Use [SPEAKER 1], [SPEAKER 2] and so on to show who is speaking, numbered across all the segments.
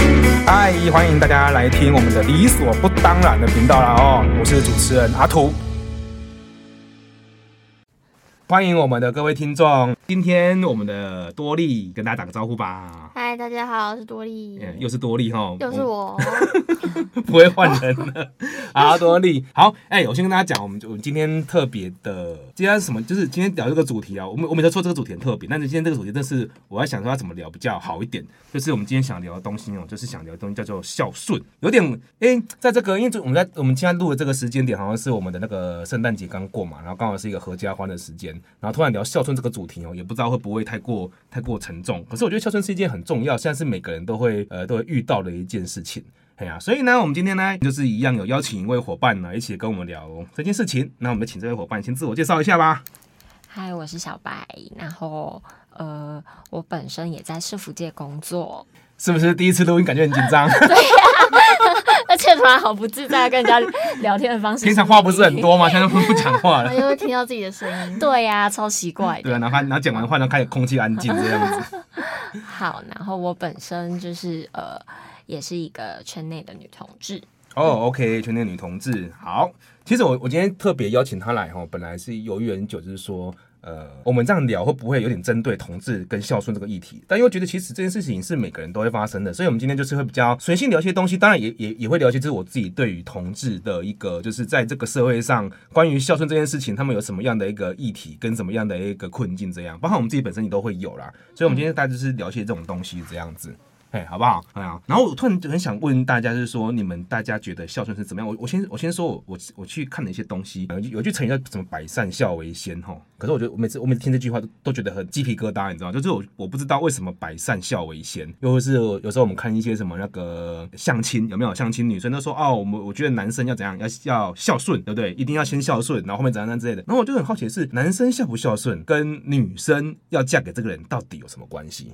[SPEAKER 1] 集，欢迎大家来听我们的理所不当然的频道啦哦，我是主持人阿图。欢迎我们的各位听众，今天我们的多利跟大家打个招呼吧。
[SPEAKER 2] 嗨，大家好，我是多莉，
[SPEAKER 1] 嗯，又是哦多利哈，
[SPEAKER 2] 又是我。哦
[SPEAKER 1] 不会换人了。好，多利，好，哎、我先跟大家讲，我们我们今天特别的，今天是什么？就是今天聊这个主题啊，我们我每次说这个主题很特别，但是今天这个主题，真是我在想说要怎么聊比较好一点。就是我们今天想聊的东西哦，就是想聊的东西叫做孝顺，有点哎、在这个因为这我们在我们现在录的这个时间点，好像是我们的那个圣诞节刚过嘛，然后刚好是一个合家欢的时间，然后突然聊孝顺这个主题哦，也不知道会不会太过太过沉重。可是我觉得孝顺是一件很重要，现在是每个人都会呃都会遇到的一件事情。哎呀、所以呢，我们今天呢，就是一样有邀请一位伙伴呢，一起跟我们聊这件事情。那我们请这位伙伴先自我介绍一下吧。
[SPEAKER 3] 嗨，我是小白，然后呃，我本身也在市服界工作，
[SPEAKER 1] 是不是第一次录音感觉很紧 张？
[SPEAKER 3] 而且突然好不自在，跟人家聊天的方式，
[SPEAKER 1] 平常话不是很，多吗？现在不不讲话
[SPEAKER 2] 我
[SPEAKER 1] 了。
[SPEAKER 2] 又会听到自己的声音。
[SPEAKER 3] 对呀、超奇怪
[SPEAKER 1] 对
[SPEAKER 3] 的。
[SPEAKER 1] 啊，然后然后讲完话，然后开始空气安静这样子。
[SPEAKER 3] 好，然后我本身就是呃，也是一个圈内的女同志，
[SPEAKER 1] 哦、o k 全年女同志，好。其实我我今天特别邀请她来哈，本来是犹豫很久，就是说，呃，我们这样聊会不会有点针对同志跟孝顺这个议题？但又觉得其实这件事情是每个人都会发生的，所以我们今天就是会比较随性聊一些东西，当然也也也会聊一些，就是我自己对于同志的一个，就是在这个社会上关于孝顺这件事情，他们有什么样的一个议题跟什么样的一个困境，这样，包括我们自己本身也都会有啦。所以我们今天大家就是聊一些这种东西这样子。哎，好不好？哎呀，然后我突然就很想问大家，就是说你们大家觉得孝顺是怎么样？我我先我先说我我我去看了一些东西，呃有有一句成语叫什么“百善孝为先”哈。可是我觉得我每次我每次听这句话都都觉得很鸡皮疙瘩，你知道吗？就是我我不知道为什么“百善孝为先”，又或是有时候我们看一些什么那个相亲有没有相亲，女生都说哦，我们我觉得男生要怎样要要孝顺，对不对？一定要先孝顺，然后后面怎样怎样之类的。然后我就很好奇的是，男生孝不孝顺跟女生要嫁给这个人到底有什么关系？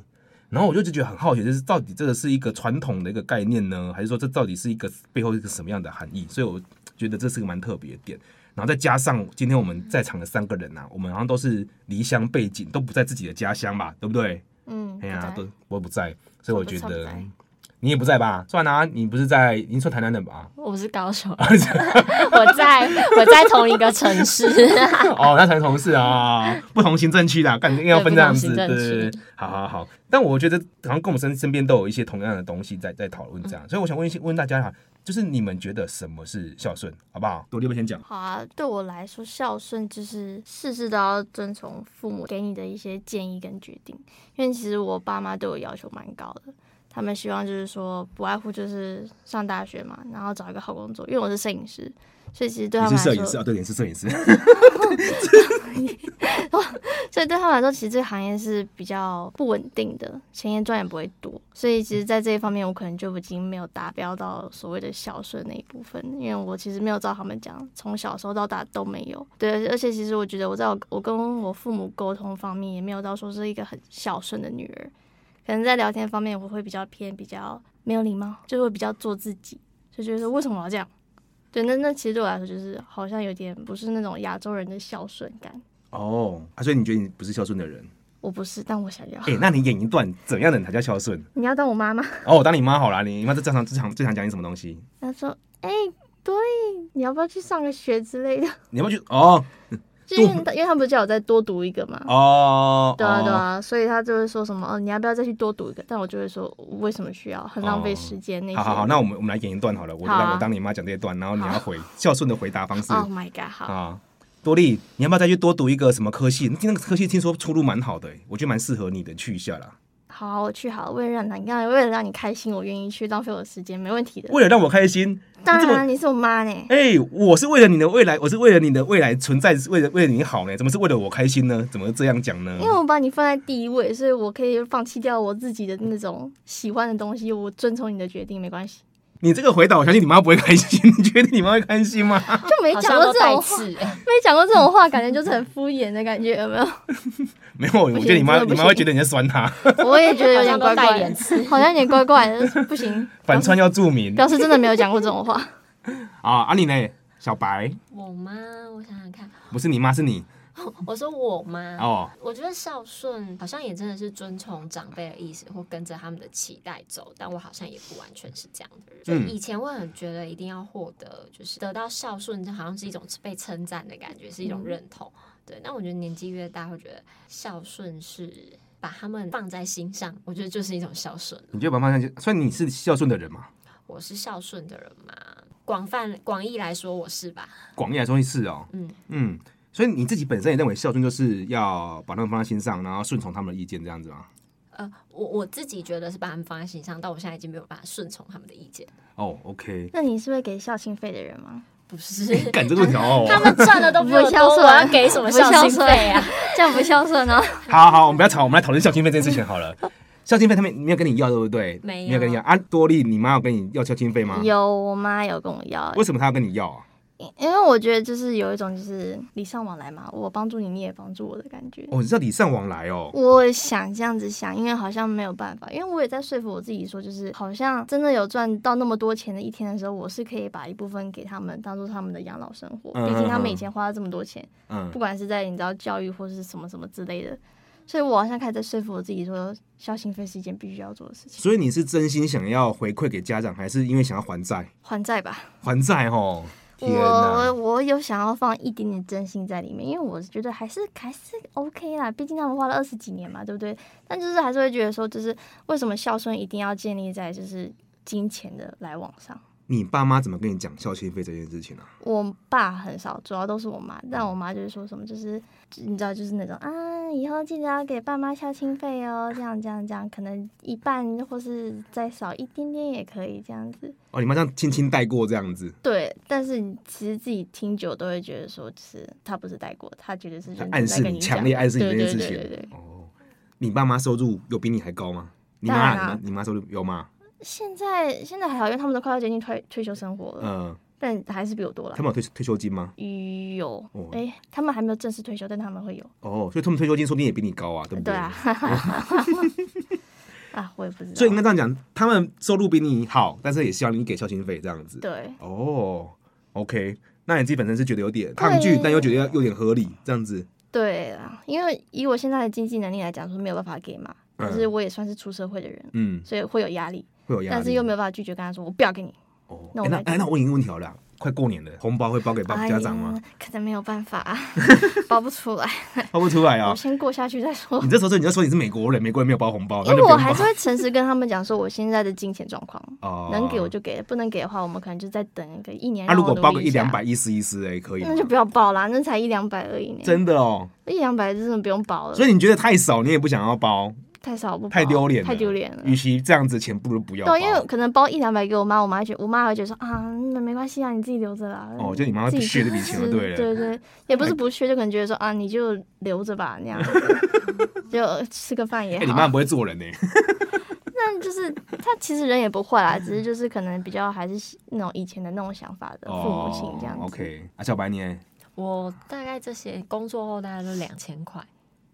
[SPEAKER 1] 然后我就就觉得很好奇，就是到底这个是一个传统的一个概念呢，还是说这到底是一个背后一个什么样的含义？所以我觉得这是个蛮特别的点。然后再加上今天我们在场的三个人啊，我们好像都是离乡背景，都不在自己的家乡吧，对不对？
[SPEAKER 2] 嗯，
[SPEAKER 1] 哎呀，
[SPEAKER 2] 不
[SPEAKER 1] 都
[SPEAKER 2] 在
[SPEAKER 1] 我不在，所以我
[SPEAKER 2] 我不
[SPEAKER 1] 觉
[SPEAKER 2] 我不
[SPEAKER 1] 得
[SPEAKER 2] 在
[SPEAKER 1] 你也不在吧？算啦、你不是在，你是台南人吧？
[SPEAKER 3] 我是 高手，我在我在同一个城 市。
[SPEAKER 1] 哦，那才是同事啊， 不同行政区啦，感觉要分这样子，
[SPEAKER 3] 对
[SPEAKER 1] 对
[SPEAKER 3] 不同
[SPEAKER 1] 对
[SPEAKER 3] 行政区
[SPEAKER 1] 对，好好好。但我觉得好像跟我们身身边都有一些同样的东西在在讨论这样，所以我想问一些问大家哈，就是你们觉得什么是孝顺，好不好？多啊利，我先讲。
[SPEAKER 2] 好啊，对我来说，孝顺就是事事都要遵从父母给你的一些建议跟决定。因为其实我爸妈对我要求蛮高的，他们希望就是说，不外乎就是上大学嘛，然后找一个好工作。因为我是摄影师，所以其实对他们来说，
[SPEAKER 1] 啊？对，你是摄影师。
[SPEAKER 2] 所以对他们来说，其实这个行业是比较不稳定的，钱也赚也不会多，所以其实，在这一方面，我可能就已经没有达标到所谓的孝顺那一部分，因为我其实没有照他们讲，从小时候到大都没有。对，而且其实我觉得我在我我跟我父母沟通方面，也没有到说是一个很孝顺的女儿，可能在聊天方面，我会比较偏比较没有礼貌，就会比较做自己，就觉得为什么我要这样。对，那那其实对我来说，就是好像有点不是那种亚洲人的孝顺感。
[SPEAKER 1] 哦，啊，所以你觉得你不是孝顺的 人？
[SPEAKER 2] 我不是，但我想要。
[SPEAKER 1] 哎、那你演一段怎样的人才叫孝顺？
[SPEAKER 2] 你要当我 妈妈？
[SPEAKER 1] 哦，我当你妈好啦，你你妈最常最常最常讲你什么东西？
[SPEAKER 2] 他说：“哎、多莉，你要不要去上个学之类的
[SPEAKER 1] 你要不要去？哦？”
[SPEAKER 2] 就是因为他因为他们不是叫我再多读一个嘛。
[SPEAKER 1] 哦，
[SPEAKER 2] 对啊，
[SPEAKER 1] 哦
[SPEAKER 2] 对。啊，所以他就会说什么哦，你要不要再去多读一个？但我就会说，我为什么需要？很浪费时间。那些。
[SPEAKER 1] 好好好，那我们我们来演一段好了，我
[SPEAKER 2] 好啊
[SPEAKER 1] 让我当你妈讲这一段，然后你要
[SPEAKER 2] 好
[SPEAKER 1] 回孝顺的回答方式。
[SPEAKER 2] Oh my god，好，
[SPEAKER 1] 啊。多利，你要不要再去多读一个什么科系？那个科系听说出路蛮好的、欸我觉得蛮适合你的，去一下啦。
[SPEAKER 2] 好，我去好了，为了让你，你看，为了让你开心，我愿意去浪费我的时间，没问题的。
[SPEAKER 1] 为了让我开心，
[SPEAKER 2] 当
[SPEAKER 1] 你这
[SPEAKER 2] 然啊，
[SPEAKER 1] 么
[SPEAKER 2] 你是我妈呢。
[SPEAKER 1] 哎、我是为了你的未来，我是为了你的未来存在，是为了为了你好呢？怎么是为了我开心呢？怎么这样讲呢
[SPEAKER 2] 因？为我把你放在第一位，所以我可以放弃掉我自己的那种喜欢的东西，我遵从你的决定，没关系。
[SPEAKER 1] 你这个回答，我相信你妈不会开心。你觉得你妈会开心吗？
[SPEAKER 2] 就没
[SPEAKER 3] 好
[SPEAKER 2] 讲
[SPEAKER 3] 像
[SPEAKER 2] 过
[SPEAKER 3] 都
[SPEAKER 2] 这
[SPEAKER 3] 带
[SPEAKER 2] 种话，
[SPEAKER 3] 刺、欸，
[SPEAKER 2] 没讲过这种话，感觉就是很敷衍的 感觉，有没有？
[SPEAKER 1] 没有，我
[SPEAKER 2] 不行
[SPEAKER 1] 觉得你妈
[SPEAKER 2] 真的
[SPEAKER 1] 你
[SPEAKER 2] 不行
[SPEAKER 1] 妈会觉得你在酸 她，
[SPEAKER 2] 我也觉得有点怪怪
[SPEAKER 3] 好像都带
[SPEAKER 2] 的
[SPEAKER 3] 点刺，
[SPEAKER 2] 好像有点怪怪的，不行。
[SPEAKER 1] 反串要注明
[SPEAKER 2] 表示真的没有讲过这种话。
[SPEAKER 1] 啊。啊，你呢？小白
[SPEAKER 3] 我吗？我想想看，
[SPEAKER 1] 不是你妈，是你。
[SPEAKER 3] 我说我吗？
[SPEAKER 1] 哦，
[SPEAKER 3] 我觉得孝顺好像也真的是遵从长辈的意思，或跟着他们的期待走，但我好像也不完全是这样的人。
[SPEAKER 1] 嗯
[SPEAKER 3] 就以前我很觉得一定要获得，就是得到孝顺，就好像是一种被称赞的感觉，是一种认同。对，那我觉得年纪越大，会觉得孝顺是把他们放在心上，我觉得就是一种孝顺。
[SPEAKER 1] 你就把它放下去。所以你是孝顺的人嘛？
[SPEAKER 3] 我是孝顺的人嘛，广泛广义来说，我是吧？
[SPEAKER 1] 广义来说是哦，
[SPEAKER 3] 嗯
[SPEAKER 1] 嗯，所以你自己本身也认为孝顺就是要把他们放在心上，然后顺从他们的意见这样子吗？
[SPEAKER 3] 呃，我我自己觉得是把他们放在心上，但我现在已经没有办法顺从他们的意见。
[SPEAKER 1] 哦，OK，，
[SPEAKER 2] 那你是会给孝亲费的人吗？
[SPEAKER 3] 不是
[SPEAKER 1] 干这个条哦。
[SPEAKER 3] 他们赚的都 比我
[SPEAKER 2] 不孝
[SPEAKER 3] 多，
[SPEAKER 2] 顺
[SPEAKER 3] 我要给什么孝心费啊？
[SPEAKER 2] 这样不孝顺哦。
[SPEAKER 1] 好好，我们不要吵，我们来讨论孝亲费这件事情好 了。孝亲费他们没有跟你要，对不对？
[SPEAKER 3] 没有
[SPEAKER 1] 没有跟你要啊。多利，你妈有跟你要孝亲费吗？。
[SPEAKER 2] 有，我妈有跟我要，
[SPEAKER 1] 为什么她要跟你要啊？
[SPEAKER 2] 因为我觉得就是有一种就是礼尚往来嘛，我帮助你，你也帮助我的感觉。
[SPEAKER 1] 哦，你知道礼尚往来哦。
[SPEAKER 2] 我想这样子想，因为好像没有办法，因为我也在说服我自己说，就是好像真的有赚到那么多钱的一天的时候，我是可以把一部分给他们当做他们的养老生活，
[SPEAKER 1] 嗯
[SPEAKER 2] 毕竟他们
[SPEAKER 1] 嗯
[SPEAKER 2] 以前花了这么多钱，
[SPEAKER 1] 嗯
[SPEAKER 2] 不，管是在你知道教育或是什么什么之类的，所以我好像开始在说服我自己说，孝心费是一件必须要做的事情，
[SPEAKER 1] 所以你是真心想要回馈给家长，还是因为想要还债？
[SPEAKER 2] 还债吧。
[SPEAKER 1] 还债哦。
[SPEAKER 2] 我
[SPEAKER 1] 天
[SPEAKER 2] 我
[SPEAKER 1] 哪！
[SPEAKER 2] 我有想要放一点点真心在里面，因为我觉得还是还是 OK 啦，毕竟他们花了二十几年嘛，对不对？但就是还是会觉得说，就是为什么孝顺一定要建立在就是金钱的来往上？
[SPEAKER 1] 你爸妈怎么跟你讲孝亲费这件事情啊？
[SPEAKER 2] 我爸很少，主要都是我妈，但我妈就是说什么，就是你知道，就是那种啊，以后记得要给爸妈孝亲费哦，这样这样这样，可能一半或是再少一点点也可以这样子。
[SPEAKER 1] 哦，你妈这样轻轻带过这样子，
[SPEAKER 2] 对，但是你其实自己听久都会觉得说，就是他不是带过，他绝对是
[SPEAKER 1] 她
[SPEAKER 2] 认
[SPEAKER 1] 暗
[SPEAKER 2] 真在
[SPEAKER 1] 示
[SPEAKER 2] 跟
[SPEAKER 1] 你，
[SPEAKER 2] 你讲
[SPEAKER 1] 强烈暗示你
[SPEAKER 2] 对
[SPEAKER 1] 这件事
[SPEAKER 2] 对对对
[SPEAKER 1] 情
[SPEAKER 2] 对。
[SPEAKER 1] 哦，你爸妈收入有比你还高吗？你妈
[SPEAKER 2] 当然
[SPEAKER 1] 啊，
[SPEAKER 2] 啊
[SPEAKER 1] 你妈你妈收入有吗？
[SPEAKER 2] 现在现在还好，因为他们都快要接近退退休生活了，
[SPEAKER 1] 嗯，
[SPEAKER 2] 但还是比我多了
[SPEAKER 1] 呃他。们有退退休金吗？
[SPEAKER 2] 有
[SPEAKER 1] 哦，
[SPEAKER 2] 哎、他们还没有正式退休，但他们会有。
[SPEAKER 1] 哦，所以他们退休金说不定也比你高啊，对不
[SPEAKER 2] 对啊， 啊，我也不知道。
[SPEAKER 1] 所以应该这样讲，他们收入比你好，但是也希望你给孝心费这样子。
[SPEAKER 2] 对，
[SPEAKER 1] 哦，OK，那你自己本身是觉得有点抗拒，但又觉得有点合理这样子。
[SPEAKER 2] 对啊，因为以我现在的经济能力来讲，说没有办法给嘛，
[SPEAKER 1] 嗯
[SPEAKER 2] 可是我也算是出社会的人，
[SPEAKER 1] 嗯，
[SPEAKER 2] 所以会有压力，
[SPEAKER 1] 会有压力。
[SPEAKER 2] 但是又没有办法拒绝跟他说我不要给你。
[SPEAKER 1] 哦，
[SPEAKER 2] 那
[SPEAKER 1] 哎、
[SPEAKER 2] 我
[SPEAKER 1] 那
[SPEAKER 2] 来
[SPEAKER 1] 哎、那我问你一个问题好了啊，快过年了，红包会包给爸爸家长吗？
[SPEAKER 2] 哎呀可能没有办法、 啊，包不出来，
[SPEAKER 1] 包不出来啊
[SPEAKER 2] 我。先过下去再说
[SPEAKER 1] 你。这时候就你就说你是美国人，美国人没有包红包，嗯
[SPEAKER 2] 因为
[SPEAKER 1] 那就不
[SPEAKER 2] 我
[SPEAKER 1] 用
[SPEAKER 2] 还
[SPEAKER 1] 包
[SPEAKER 2] 是会诚实跟他们讲说我现在的金钱状况，
[SPEAKER 1] 哦，
[SPEAKER 2] 能给我就给，不能给的话，我们可能就再等一个一年。
[SPEAKER 1] 那、如果包个
[SPEAKER 2] 一
[SPEAKER 1] 一两，百，意思意思哎，可以吗
[SPEAKER 2] 那就不要报啦，那才一两百而已呢，
[SPEAKER 1] 真的哦。
[SPEAKER 2] 一两百真的不用报了，
[SPEAKER 1] 所以你觉得太少，你也不想要包，
[SPEAKER 2] 太少不报
[SPEAKER 1] 太丢脸，
[SPEAKER 2] 太丢脸了。
[SPEAKER 1] 与其这样子，钱不如不要包。
[SPEAKER 2] 对，因为可能包一两百给我妈，我妈会觉得，我妈会觉得说啊，那没关系啊，你自己留着啦。
[SPEAKER 1] 哦就你妈会
[SPEAKER 2] 自己
[SPEAKER 1] 削这笔钱就
[SPEAKER 2] 吃
[SPEAKER 1] 对了
[SPEAKER 2] 对对，也不是不削，就可能觉得说啊，你就留 着吧，那样子就吃个饭也
[SPEAKER 1] 哎、
[SPEAKER 2] 好。
[SPEAKER 1] 你妈不会做人呢、
[SPEAKER 2] 但就是他其实人也不坏啦，只是就是可能比较还是那种以前的那种想法的 父母亲这样子。
[SPEAKER 1] 哦、OK，啊，小白你呢
[SPEAKER 3] 我大概这些工作后大概就两千块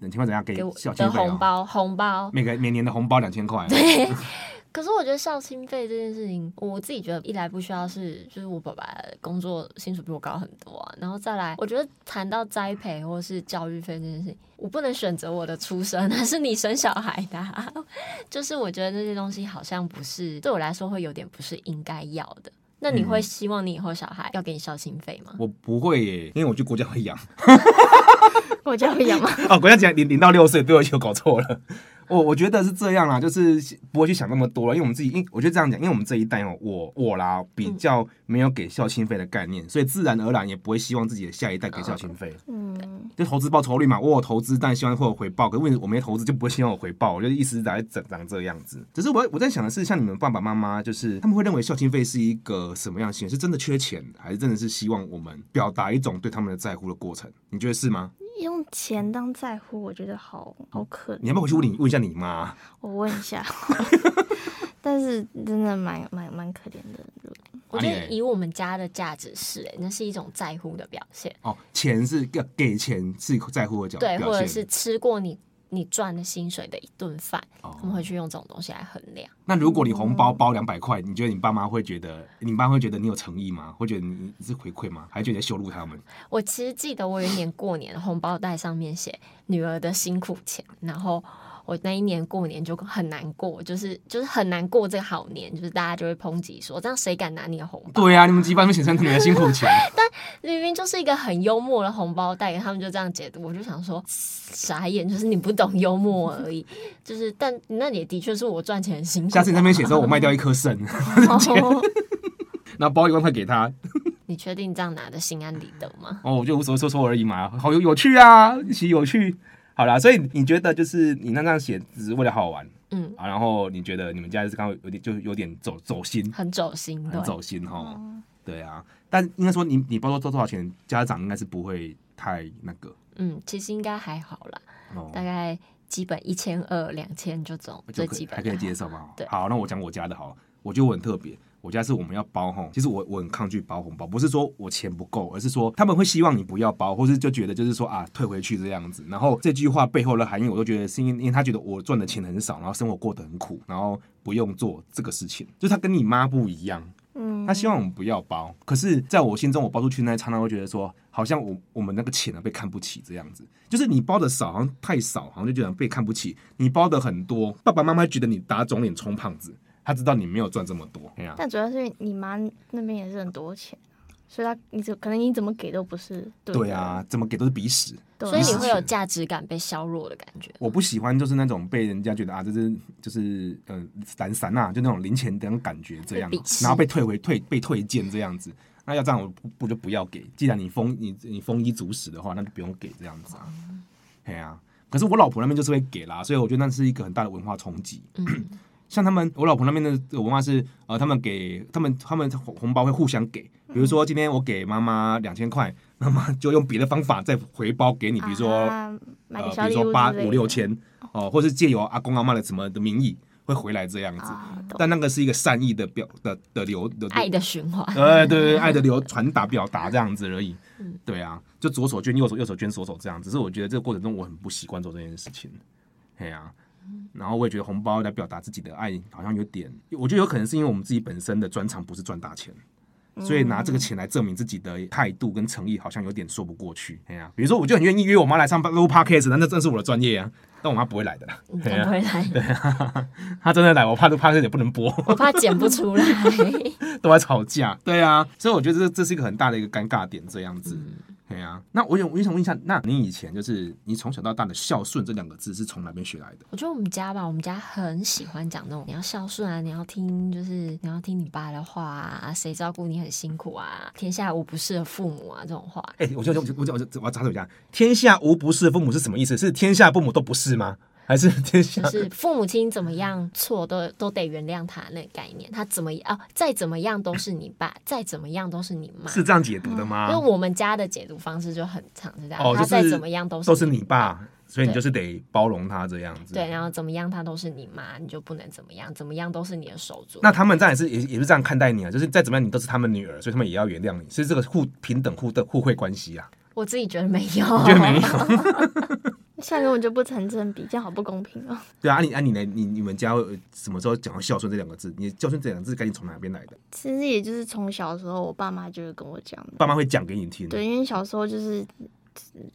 [SPEAKER 1] 两千块怎样给
[SPEAKER 3] 给我
[SPEAKER 1] 小
[SPEAKER 3] 的
[SPEAKER 1] 亲费、哦？
[SPEAKER 3] 红包，红包。
[SPEAKER 1] 每个每年的红包两千块。啊
[SPEAKER 3] 可是我觉得孝心费这件事情，我自己觉得一来不需要是，就是我爸爸工作薪水比我高很多啊，然后再来，我觉得谈到栽培或是教育费这件事情，我不能选择我的出生， 那是你生小孩的啊、就是我觉得这些东西好像不是对我来说会有点不是应该要的。那你会
[SPEAKER 1] 嗯
[SPEAKER 3] 希望你以后小孩要给你孝心费吗？
[SPEAKER 1] 我不会耶，因为我去国家会养。
[SPEAKER 2] 我家会 养吗？
[SPEAKER 1] 哦，国家讲零零到六岁，对我就搞错了。我我觉得是这样啦，就是不会去想那么多了，因为我们自己，因我觉得这样讲，因为我们这一代哦，我我啦比较没有给孝亲费的概念，所以自然而然也不会希望自己的下一代给孝亲费。
[SPEAKER 2] 嗯，
[SPEAKER 1] 就投资报酬率嘛，我有投资，但希望会有回报。可是问题是我没投资，就不会希望有回报。我就一直在整长这样子。只是我我在想的是，像你们爸爸妈妈，就是他们会认为孝亲费是一个什么样的行为？是真的缺钱，还是真的是希望我们表达一种对他们的在乎的过程？你觉得是吗？
[SPEAKER 2] 用钱当在乎，我觉得好好可怜。
[SPEAKER 1] 你要不要回去问你问一下你妈？
[SPEAKER 2] 我问一下， 但是真的蛮蛮蛮可怜的。
[SPEAKER 3] 我觉
[SPEAKER 1] 啊你
[SPEAKER 3] 得
[SPEAKER 1] 嘞
[SPEAKER 3] 以我们家的价值是、欸，那是一种在乎的表现，
[SPEAKER 1] 哦，钱是给给钱是在乎的角
[SPEAKER 3] 对，
[SPEAKER 1] 表
[SPEAKER 3] 或者
[SPEAKER 1] 现
[SPEAKER 3] 是吃过你你赚的薪水的一顿饭，
[SPEAKER 1] 哦
[SPEAKER 3] 他们会去嗯用这种东西来衡量。
[SPEAKER 1] 那如果你红包包两百块，你觉得你爸妈会觉得你爸妈会觉得你有诚意吗？会觉得你是回馈吗？还觉得羞辱他们？
[SPEAKER 3] 我其实记得我有一年过年，红包袋上面写女儿的辛苦钱，然后我那一年过年就很难过，就是就是很难过这个好年，就是大家就会抨击说，这样谁敢拿你的红包？
[SPEAKER 1] 对啊，你们几班没显生你们的辛苦钱，
[SPEAKER 3] 明明就是一个很幽默的红包袋，他们就这样解读，我就想说傻眼，就是你不懂幽默而已， 就是但那也的确是我赚钱的辛苦啊。
[SPEAKER 1] 下次你在那边写说我卖掉一颗肾，
[SPEAKER 3] 哦
[SPEAKER 1] 然后包一万块给他，
[SPEAKER 3] 你确定这样拿的心安理得吗？
[SPEAKER 1] 哦，我就无所说说而已嘛，好有有趣啊，一起有趣。好啦，所以你觉得就是你那张写只是为了好玩
[SPEAKER 3] 嗯，
[SPEAKER 1] 啊，然后你觉得你们家就是刚刚有点就有点走走心，
[SPEAKER 3] 很走心，对
[SPEAKER 1] 很，走心哈。
[SPEAKER 2] 哦
[SPEAKER 1] 对啊，但应该说你你包多多多少钱，家长应该是不会太那个
[SPEAKER 3] 嗯，其实应该还好啦，
[SPEAKER 1] 哦，
[SPEAKER 3] 大概基本一千二、两千这种
[SPEAKER 1] 就
[SPEAKER 3] 最
[SPEAKER 1] 可
[SPEAKER 3] 基
[SPEAKER 1] 以
[SPEAKER 3] 本
[SPEAKER 1] 还可以
[SPEAKER 3] 的
[SPEAKER 1] 接受嘛。哦
[SPEAKER 3] 对
[SPEAKER 1] 好，那我讲我家的好了，我觉得我很特别。我家是我们要包红，其实我我很抗拒包红包，不是说我钱不够，而是说他们会希望你不要包，或是就觉得就是说啊退回去这样子。然后这句话背后的含义，我都觉得是因为因为他觉得我赚的钱很少，然后生活过得很苦，然后不用做这个事情，就是他跟你妈不一样。
[SPEAKER 2] 嗯，
[SPEAKER 1] 他希望我们不要包，可是在我心中，我包出去那一刹那，会觉得说，好像我我们那个钱呢被看不起这样子，就是你包的少，好像太少，好像就觉得被看不起；你包的很多，爸爸妈妈觉得你打肿脸充胖子，他知道你没有赚这么多，哎呀、
[SPEAKER 2] 但主要是你妈那边也是很多钱，啊所以她你怎可能你怎么给都不是对的
[SPEAKER 1] 对啊，，怎么给都是鼻屎。
[SPEAKER 2] 对啊
[SPEAKER 3] 所以你会有
[SPEAKER 1] 是
[SPEAKER 3] 价值感被削弱的感 觉。
[SPEAKER 1] 我不喜欢就是那种被人家觉得啊，这是就是呃散散啊，就那种零钱的那种感觉这样
[SPEAKER 3] 被鄙，视
[SPEAKER 1] 然后被退回退被退件这样子。那要这样，我不不就不要给。既然你丰你你丰衣足食的话，那就不用给这样子啊。
[SPEAKER 3] 哦
[SPEAKER 1] 哎呀、可是我老婆那边就是会给啦，所以我觉得那是一个很大的文化冲击。
[SPEAKER 3] 嗯
[SPEAKER 1] 像他们，我老婆那边的文化是，呃，他们给他们他们红红包会互相给，比如
[SPEAKER 3] 嗯
[SPEAKER 1] 说今天我给妈妈两千块，妈妈就用别的方法再回包给你，比如说
[SPEAKER 2] 啊买个
[SPEAKER 1] 呃，
[SPEAKER 2] 小
[SPEAKER 1] 比
[SPEAKER 2] 礼
[SPEAKER 1] 如
[SPEAKER 2] 物
[SPEAKER 1] 说八
[SPEAKER 2] 之类
[SPEAKER 1] 五
[SPEAKER 2] 的
[SPEAKER 1] 六千哦、或是借由阿公阿妈的什么的名义会回来这样子，
[SPEAKER 2] 啊，懂
[SPEAKER 1] 但那个是一个善意的表的的流的
[SPEAKER 3] 爱的循 环，
[SPEAKER 1] 呃，对对，对爱的流传达表达这样子而已。对啊，就左手捐右手，右手捐左手这样。只是我觉得这个过程中我很不习惯做这件事情。哎呀、然后我也觉得红包来表达自己的爱，好像有点，我觉得有可能是因为我们自己本身的专长不是赚大钱。所以拿这个钱来证明自己的态度跟诚意，好像有点说不过去。哎呀、比如说我就很愿意约我妈来上班录 podcast，那那正是我的专业啊。但我妈不会来的啦，
[SPEAKER 3] 你怎不会 来？
[SPEAKER 1] 她真的来，我怕录 podcast 也不能播。
[SPEAKER 3] 我怕剪不出来。
[SPEAKER 1] 都在吵架。对啊，所以我觉得这这是一个很大的一个尴尬点，这样子。对啊，那我想我想问一下，那你以前就是你从小到大的孝顺这两个字是从哪边学来的？
[SPEAKER 3] 我觉得我们家吧，我们家很喜欢讲那种你要孝顺啊，你要听就是你要听你爸的话啊，谁照顾你很辛苦啊，天下无不是的父母啊这种 话。
[SPEAKER 1] 哎、我就我就我就我就我要插手一下，天下无不是的父母是什么意思？是天下父母都不是吗？还是天下
[SPEAKER 3] 就？是父母亲怎么样错都都得原谅他那个概念，他怎么啊再怎么样都是你爸，再怎么样都是你妈。
[SPEAKER 1] 是这样解读的吗
[SPEAKER 3] 嗯因为？我们家的解读方式就很常是这样，
[SPEAKER 1] 哦，
[SPEAKER 3] 他
[SPEAKER 1] 就
[SPEAKER 3] 再
[SPEAKER 1] 是
[SPEAKER 3] 怎么样都是
[SPEAKER 1] 都是你爸，所以你
[SPEAKER 3] 对
[SPEAKER 1] 就是得包容他这样子。
[SPEAKER 3] 对，然后怎么样他都是你妈，你就不能怎么样，怎么样都是你的手足。
[SPEAKER 1] 那他们这样也是也也是这样看待你啊，就是再怎么样你都是他们女儿，所以他们也要原谅你，是这个互平等互的互惠关系啊。
[SPEAKER 3] 我自己觉得没有，
[SPEAKER 1] 你觉得没有？
[SPEAKER 2] 现在根本就不成正比，这样好不公平哦。
[SPEAKER 1] 对啊，啊你啊你呢？你你们家会呃什么时候讲到孝顺这两个字？你孝顺这两个字该你从哪边来的？
[SPEAKER 2] 其实也就是从小的时候，我爸妈就会跟我讲的，
[SPEAKER 1] 爸妈会讲给你听。
[SPEAKER 2] 对，因为小时候就是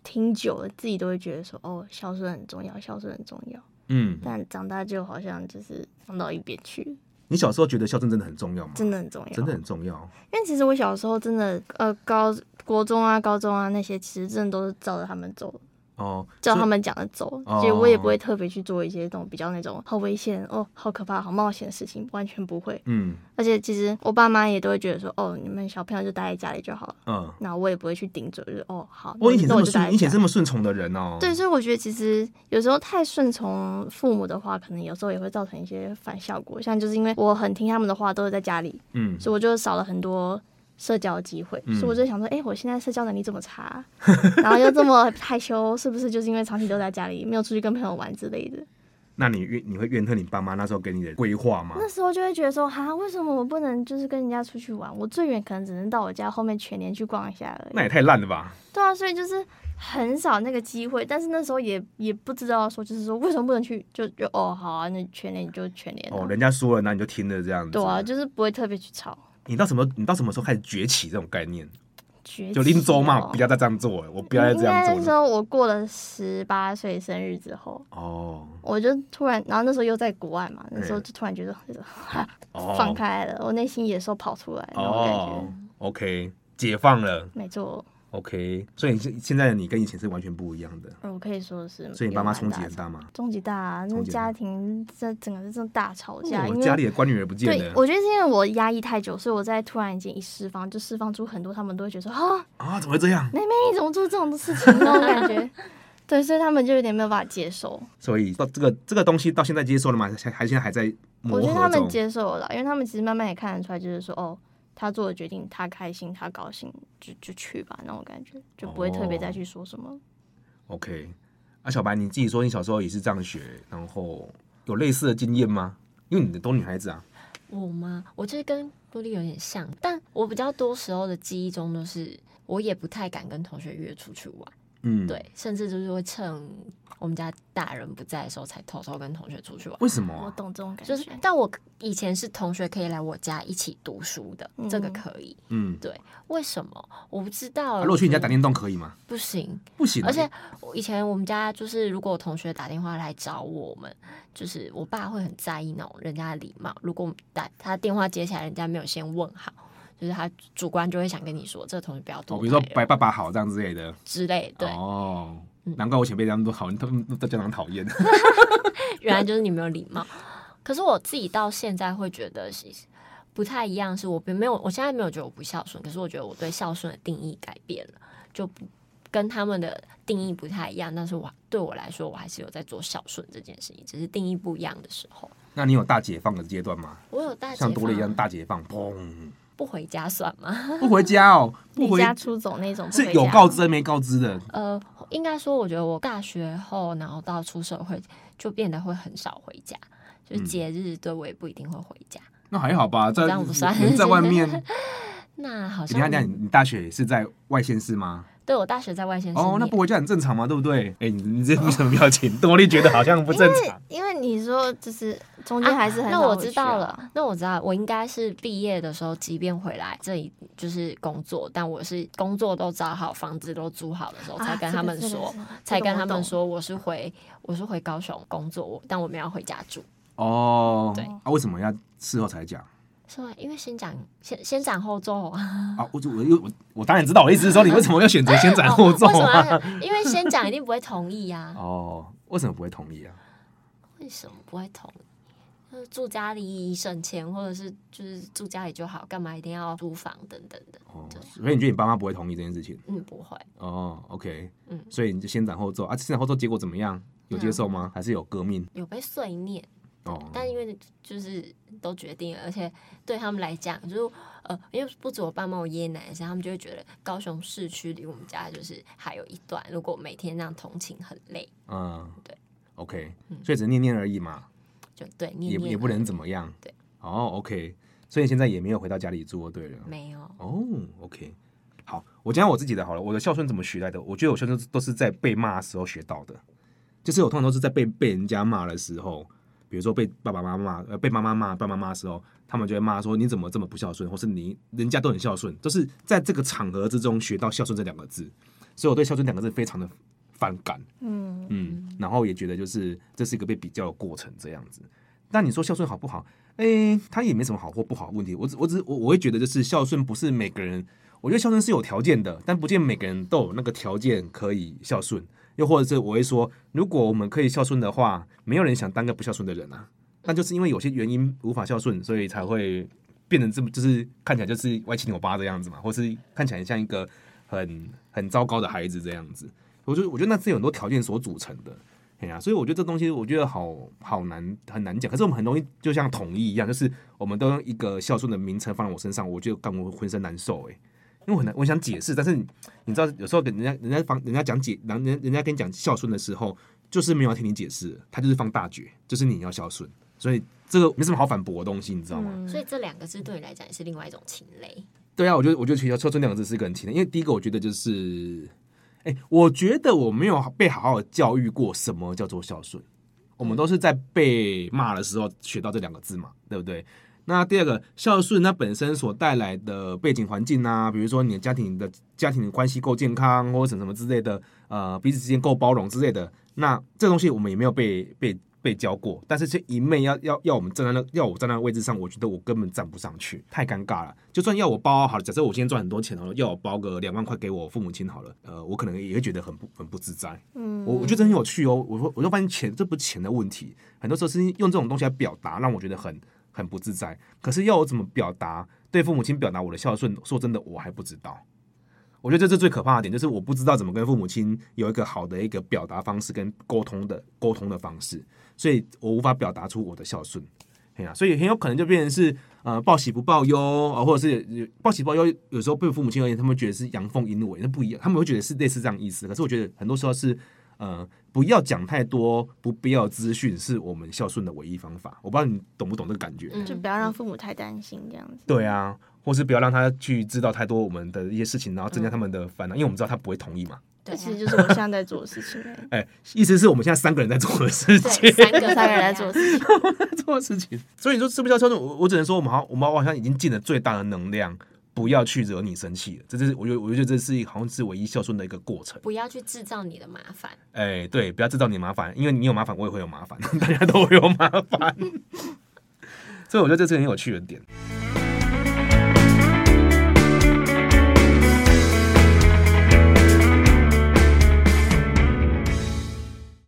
[SPEAKER 2] 听久了，自己都会觉得说，哦，孝顺很重要，孝顺很重要。
[SPEAKER 1] 嗯，
[SPEAKER 2] 但长大就好像就是放到一边去，
[SPEAKER 1] 你小时候觉得孝顺真的很重要吗？
[SPEAKER 2] 真的很重要。
[SPEAKER 1] 真的，很重要。
[SPEAKER 2] 因为其实我小时候真的，呃，高国中啊、高中啊那些，其实真的都是照着他们走，
[SPEAKER 1] 哦，
[SPEAKER 2] 照他
[SPEAKER 1] 所以
[SPEAKER 2] 们讲的走。
[SPEAKER 1] 哦
[SPEAKER 2] 其实我也不会特别去做一些那种比较那种好危险哦、好可怕、好冒险的事情，完全不会。
[SPEAKER 1] 嗯
[SPEAKER 2] 而且其实我爸妈也都会觉得说，哦，你们小朋友就待在家里就好了。
[SPEAKER 1] 嗯，
[SPEAKER 2] 那我也不会去顶嘴，就是哦好，那
[SPEAKER 1] 我以前这
[SPEAKER 2] 那我
[SPEAKER 1] 么
[SPEAKER 2] 就待
[SPEAKER 1] 顺，
[SPEAKER 2] 在
[SPEAKER 1] 以前
[SPEAKER 2] 家
[SPEAKER 1] 这么顺从的人哦。
[SPEAKER 2] 对，所以我觉得其实有时候太顺从父母的话，可能有时候也会造成一些反效果。像就是因为我很听他们的话，都是在家里，
[SPEAKER 1] 嗯，
[SPEAKER 2] 所以我就少了很多社交机会。所以我就想说，哎、我现在社交能力这么差， 然后又这么害羞，是不是就是因为长期都在家里，没有出去跟朋友玩之类的？
[SPEAKER 1] 那你怨你会怨恨你爸妈那时候给你的规划吗？
[SPEAKER 2] 那时候就会觉得说，哈，为什么我不能就是跟人家出去玩？我最远可能只能到我家后面全年去逛一下而
[SPEAKER 1] 那
[SPEAKER 2] 已。
[SPEAKER 1] 也太烂了吧！
[SPEAKER 2] 对啊，所以就是很少那个机会，但是那时候也也不知道说，就是说为什么不能去，就就哦好啊，那全年就全年、啊。
[SPEAKER 1] 哦，人家说了，那你就听了这样子。
[SPEAKER 2] 对啊，就是不会特别去吵。
[SPEAKER 1] 你到什么？你到什么时候开始崛起这种概念？
[SPEAKER 2] 崛
[SPEAKER 1] 就林州嘛，
[SPEAKER 2] 起哦
[SPEAKER 1] 不要再这样做了，我不要再这样
[SPEAKER 2] 应该那时
[SPEAKER 1] 做了。
[SPEAKER 2] 候我过了十八岁生日之后，
[SPEAKER 1] 哦
[SPEAKER 2] 我就突然，然后那时候又在国外嘛，那时候
[SPEAKER 1] 嗯
[SPEAKER 2] 就突然觉得就是
[SPEAKER 1] 哦，
[SPEAKER 2] 放开了，我内心野兽跑出来那种感觉。
[SPEAKER 1] 哦，OK，解放了
[SPEAKER 2] 没错，
[SPEAKER 1] ，OK。所以现现在的你跟以前是完全不一样的。
[SPEAKER 2] 呃我可以说的是，
[SPEAKER 1] 所以你爸妈冲击很，大吗？
[SPEAKER 2] 冲击大、啊，那
[SPEAKER 1] 冲击很大
[SPEAKER 2] 家庭这整个是这大吵架，
[SPEAKER 1] 我
[SPEAKER 2] 因
[SPEAKER 1] 哦家
[SPEAKER 2] 为。
[SPEAKER 1] 里的乖女儿不见
[SPEAKER 2] 对，
[SPEAKER 1] 了
[SPEAKER 2] 我觉得是因为我压抑太久，所以我在突然间一释放，就释放出很多他们都会觉得说啊，
[SPEAKER 1] 啊，怎么会这样？
[SPEAKER 2] 妹妹你怎么做这种事情那种感 觉，对，所以他们就有点没有办法接受。
[SPEAKER 1] 所以到这个这个东西到现在接受了吗？还还现在还在磨
[SPEAKER 2] 我觉得他
[SPEAKER 1] 合
[SPEAKER 2] 们
[SPEAKER 1] 中。
[SPEAKER 2] 接受了啦，因为他们其实慢慢也看得出来，就是说，哦，他做的决定，他开心，他高兴，就就去吧，那种感觉，就不会特
[SPEAKER 1] 哦
[SPEAKER 2] 别再去说什么。
[SPEAKER 1] OK，啊，小白你自己说你小时候也是这样学，然后有类似的经验吗？因为你的都女孩子啊，
[SPEAKER 3] 我吗？我其实跟玻璃有点像，但我比较多时候的记忆中都是，我也不太敢跟同学约出去玩，
[SPEAKER 1] 嗯，，
[SPEAKER 3] 对，甚至就是会趁我们家大人不在的时候，才偷偷跟同学出去玩。
[SPEAKER 1] 为什么
[SPEAKER 2] 我
[SPEAKER 1] 啊、
[SPEAKER 2] 懂这种感觉，
[SPEAKER 3] 就是，但我以前是同学可以来我家一起读书的，这个
[SPEAKER 2] 嗯
[SPEAKER 3] 可以。
[SPEAKER 1] 嗯，
[SPEAKER 3] 为什么？我不知道。
[SPEAKER 2] 呃
[SPEAKER 1] 啊如果去你家打
[SPEAKER 2] 嗯
[SPEAKER 3] 就是
[SPEAKER 1] 电动可以吗？
[SPEAKER 3] 不行，
[SPEAKER 1] 不行啊，
[SPEAKER 3] 而且我以前我们家就是，如果我同学打电话来找我我们，就是我爸会很在意那种人家的礼貌。如果我们打他电话接起来，人家没有先问好，就是他主观就会想跟你说，这个同学不要
[SPEAKER 1] 哦，
[SPEAKER 3] 多来了、
[SPEAKER 1] 比如说白爸爸好这样之类的，
[SPEAKER 3] 之类。对，
[SPEAKER 1] 哦，
[SPEAKER 3] 嗯
[SPEAKER 1] 难怪我前辈他们都讨厌，他们都在家长讨厌。
[SPEAKER 3] 原来就是你没有礼貌。可是我自己到现在会觉得是不太一样，是我并没有，我现在没有觉得我不孝顺，可是我觉得我对孝顺的定义改变了，就不跟他们的定义不太一样。但是我对我来说，我还是有在做孝顺这件事情，只是定义不一样的时候。
[SPEAKER 1] 那你有大解放的阶段吗？
[SPEAKER 3] 我有大姐
[SPEAKER 1] 像多了一
[SPEAKER 3] 放
[SPEAKER 1] 样大解放，砰，
[SPEAKER 3] 不回家算吗？
[SPEAKER 1] 不回家哦，不
[SPEAKER 2] 离
[SPEAKER 1] 回
[SPEAKER 2] 家出走那种不
[SPEAKER 1] 是
[SPEAKER 2] 回
[SPEAKER 1] 有
[SPEAKER 2] 家
[SPEAKER 1] 告知没告知的，
[SPEAKER 3] 呃，应该说，我觉得我大学后，然后到出社会，就变得会很少回家，就
[SPEAKER 1] 嗯
[SPEAKER 3] 节日对我也不一定会回家。
[SPEAKER 1] 那还好吧，在
[SPEAKER 3] 这样不算
[SPEAKER 1] 人在外 面。
[SPEAKER 3] 那好
[SPEAKER 1] 你看，
[SPEAKER 3] 像
[SPEAKER 1] 你看，你大学是在外县市吗？
[SPEAKER 3] 对我大学在外县市
[SPEAKER 1] 哦，那
[SPEAKER 3] 念
[SPEAKER 1] 不回家很正常嘛，对不对？哎、你你这你什么表情？多莉觉得好像不正常。
[SPEAKER 2] 因为你说就是中间还是很、
[SPEAKER 3] 啊那我知道了，，那我知道，我应该是毕业的时候，即便回来这里就是工作，但我是工作都找好，房子都租好的时候，
[SPEAKER 2] 啊
[SPEAKER 3] 才跟他们说，才跟他们，说我是回我是回高雄工作，我但我们要回家住。
[SPEAKER 1] 哦，
[SPEAKER 3] 对
[SPEAKER 1] 啊，为什么要事后才讲
[SPEAKER 3] 是吗？因为先讲先先斩后奏啊！
[SPEAKER 1] 啊？我就我又我我当然知道我的意思是说，你为什么要选择先斩 后奏
[SPEAKER 3] 为什么要
[SPEAKER 1] 啊？
[SPEAKER 3] 讲？因为先讲一定不会同意呀、啊。
[SPEAKER 1] 哦，为什么不会同意啊？
[SPEAKER 3] 为什么不会同意？就是住家里省钱，或者是就是住家里就好，干嘛一定要租房等等的？
[SPEAKER 1] 哦
[SPEAKER 3] 对，
[SPEAKER 1] 所以你觉得你爸妈不会同意这件事情？
[SPEAKER 3] 嗯，不会。
[SPEAKER 1] 哦，OK，
[SPEAKER 3] 嗯
[SPEAKER 1] 所以你就先斩后奏啊？先斩后奏结果怎么样？有接受吗？还是有革命？
[SPEAKER 3] 有被碎念，
[SPEAKER 1] 哦，
[SPEAKER 3] 嗯但因为就是都决定了，而且对他们来讲，就是呃，因为不止我爸妈，我爷爷奶奶，他们就会觉得高雄市区离我们家就是还有一段，如果每天那样通勤很累，
[SPEAKER 1] 嗯，
[SPEAKER 3] 对
[SPEAKER 1] ，OK，
[SPEAKER 3] 嗯
[SPEAKER 1] 所以只是念念而已嘛，
[SPEAKER 3] 就对念
[SPEAKER 1] 也
[SPEAKER 3] 念
[SPEAKER 1] 也不能怎么样。
[SPEAKER 3] 对，
[SPEAKER 1] 哦，OK，所以现在也没有回到家里住，对了。
[SPEAKER 3] 没有
[SPEAKER 1] 哦，OK，好，我讲我自己的好了。我的孝顺怎么学来的？我觉得我孝顺都是在被骂的时候学到的，就是我通常都是在被被人家骂的时候，比如说被爸爸妈妈骂呃被妈妈骂爸爸妈妈的时候，他们就会骂说你怎么这么不孝顺，或是你人家都很孝顺，都是在这个场合之中学到孝顺这两个字，所以我对孝顺两个字非常的反感。
[SPEAKER 2] 嗯，
[SPEAKER 1] 嗯，然后也觉得就是这是一个被比较的过程这样子。但你说孝顺好不好？哎、它也没什么好或不好的问题。我只我只我我会觉得就是孝顺不是每个人，我觉得孝顺是有条件的，但不见每个人都有那个条件可以孝顺。又或者是我会说，如果我们可以孝顺的话，没有人想当个不孝顺的人啊。那就是因为有些原因无法孝顺，所以才会变成这么就是看起来就是歪七扭八的样子嘛，或是看起来像一个很很糟糕的孩子这样子。我就我觉得那是有很多条件所组成的，哎呀、所以我觉得这东西我觉得好好难很难讲。可是我们很容易就像统一一样，就是我们都用一个孝顺的名称放在我身上，我就干我浑身难受哎、因为我很难，我想解释，但是你你知道，有时候给人家人家方人家讲解，人人人家跟你讲孝顺的时候，就是没有要听你解释，他就是放大决，就是你要孝顺，所以这个没什么好反驳的东西，你知道吗？
[SPEAKER 3] 所以这两个字对你来讲也是另外一种情类。
[SPEAKER 1] 对啊，我觉得我觉得其实“孝顺”两个字是个很奇的，因为第一个我觉得就是，哎、我觉得我没有被好好教育过什么叫做孝顺，我们都是在被骂的时候学到这两个字嘛，对不对？那第二个孝顺，它本身所带来的背景环境啊，比如说你的家庭的家庭关系够健康，或者什么什么之类的，呃，彼此之间够包容之类的，那这东西我们也没有被被被教过，但是这一昧要要要我们站在那要我站在那个位置上，我觉得我根本站不上去，太尴尬了。就算要我包好了，假设我今天赚很多钱哦，要我包个两万块给我父母亲好了，呃，我可能也会觉得很不很不自在。
[SPEAKER 2] 嗯，
[SPEAKER 1] 我我觉得很有趣哦，我说我就发现钱这不是钱的问题，很多时候是用这种东西来表达，让我觉得很很不自在。可是要我怎么表达对父母亲表达我的孝顺，说真的我还不知道。我觉得这是最可怕的点，就是我不知道怎么跟父母亲有一个好的一个表达方式跟沟通的沟通的方式，所以我无法表达出我的孝顺。哎呀、所以很有可能就变成是呃报喜不报忧啊、呃或者是有报喜不报忧，有时候对父母亲而言，他们觉得是阳奉阴违，那不一样，他们会觉得是类似这样意思。可是我觉得很多时候是呃不要讲太多不必要的资讯，是我们孝顺的唯一方法。我不知道你懂不懂这个感觉？
[SPEAKER 3] 嗯
[SPEAKER 2] 就不要让父母太担心这样子。
[SPEAKER 1] 对啊，或是不要让他去知道太多我们的一些事情，然后增加他们的烦恼，因为我们知道他不会同意嘛。
[SPEAKER 3] 对
[SPEAKER 2] 这
[SPEAKER 3] 啊，
[SPEAKER 2] 其实就是我现在在做的事情欸，
[SPEAKER 1] 哎、意思是我们现在三个人在做的事情
[SPEAKER 3] 对，三 个
[SPEAKER 2] 跟三个人在做的事情。
[SPEAKER 1] 做的事情。所以你说是不是叫孝顺？我我只能说我们好像，我们好像已经尽了最大的能量，不要去惹你生气了。这就是我觉得，我觉得这是一个好像是唯一孝顺的一个过程。
[SPEAKER 3] 不要去制造你的麻烦。
[SPEAKER 1] 哎、对，不要制造你麻烦，因为你有麻烦， 我也会有麻烦，大家都会有麻烦。所以我觉得这是很有趣的点。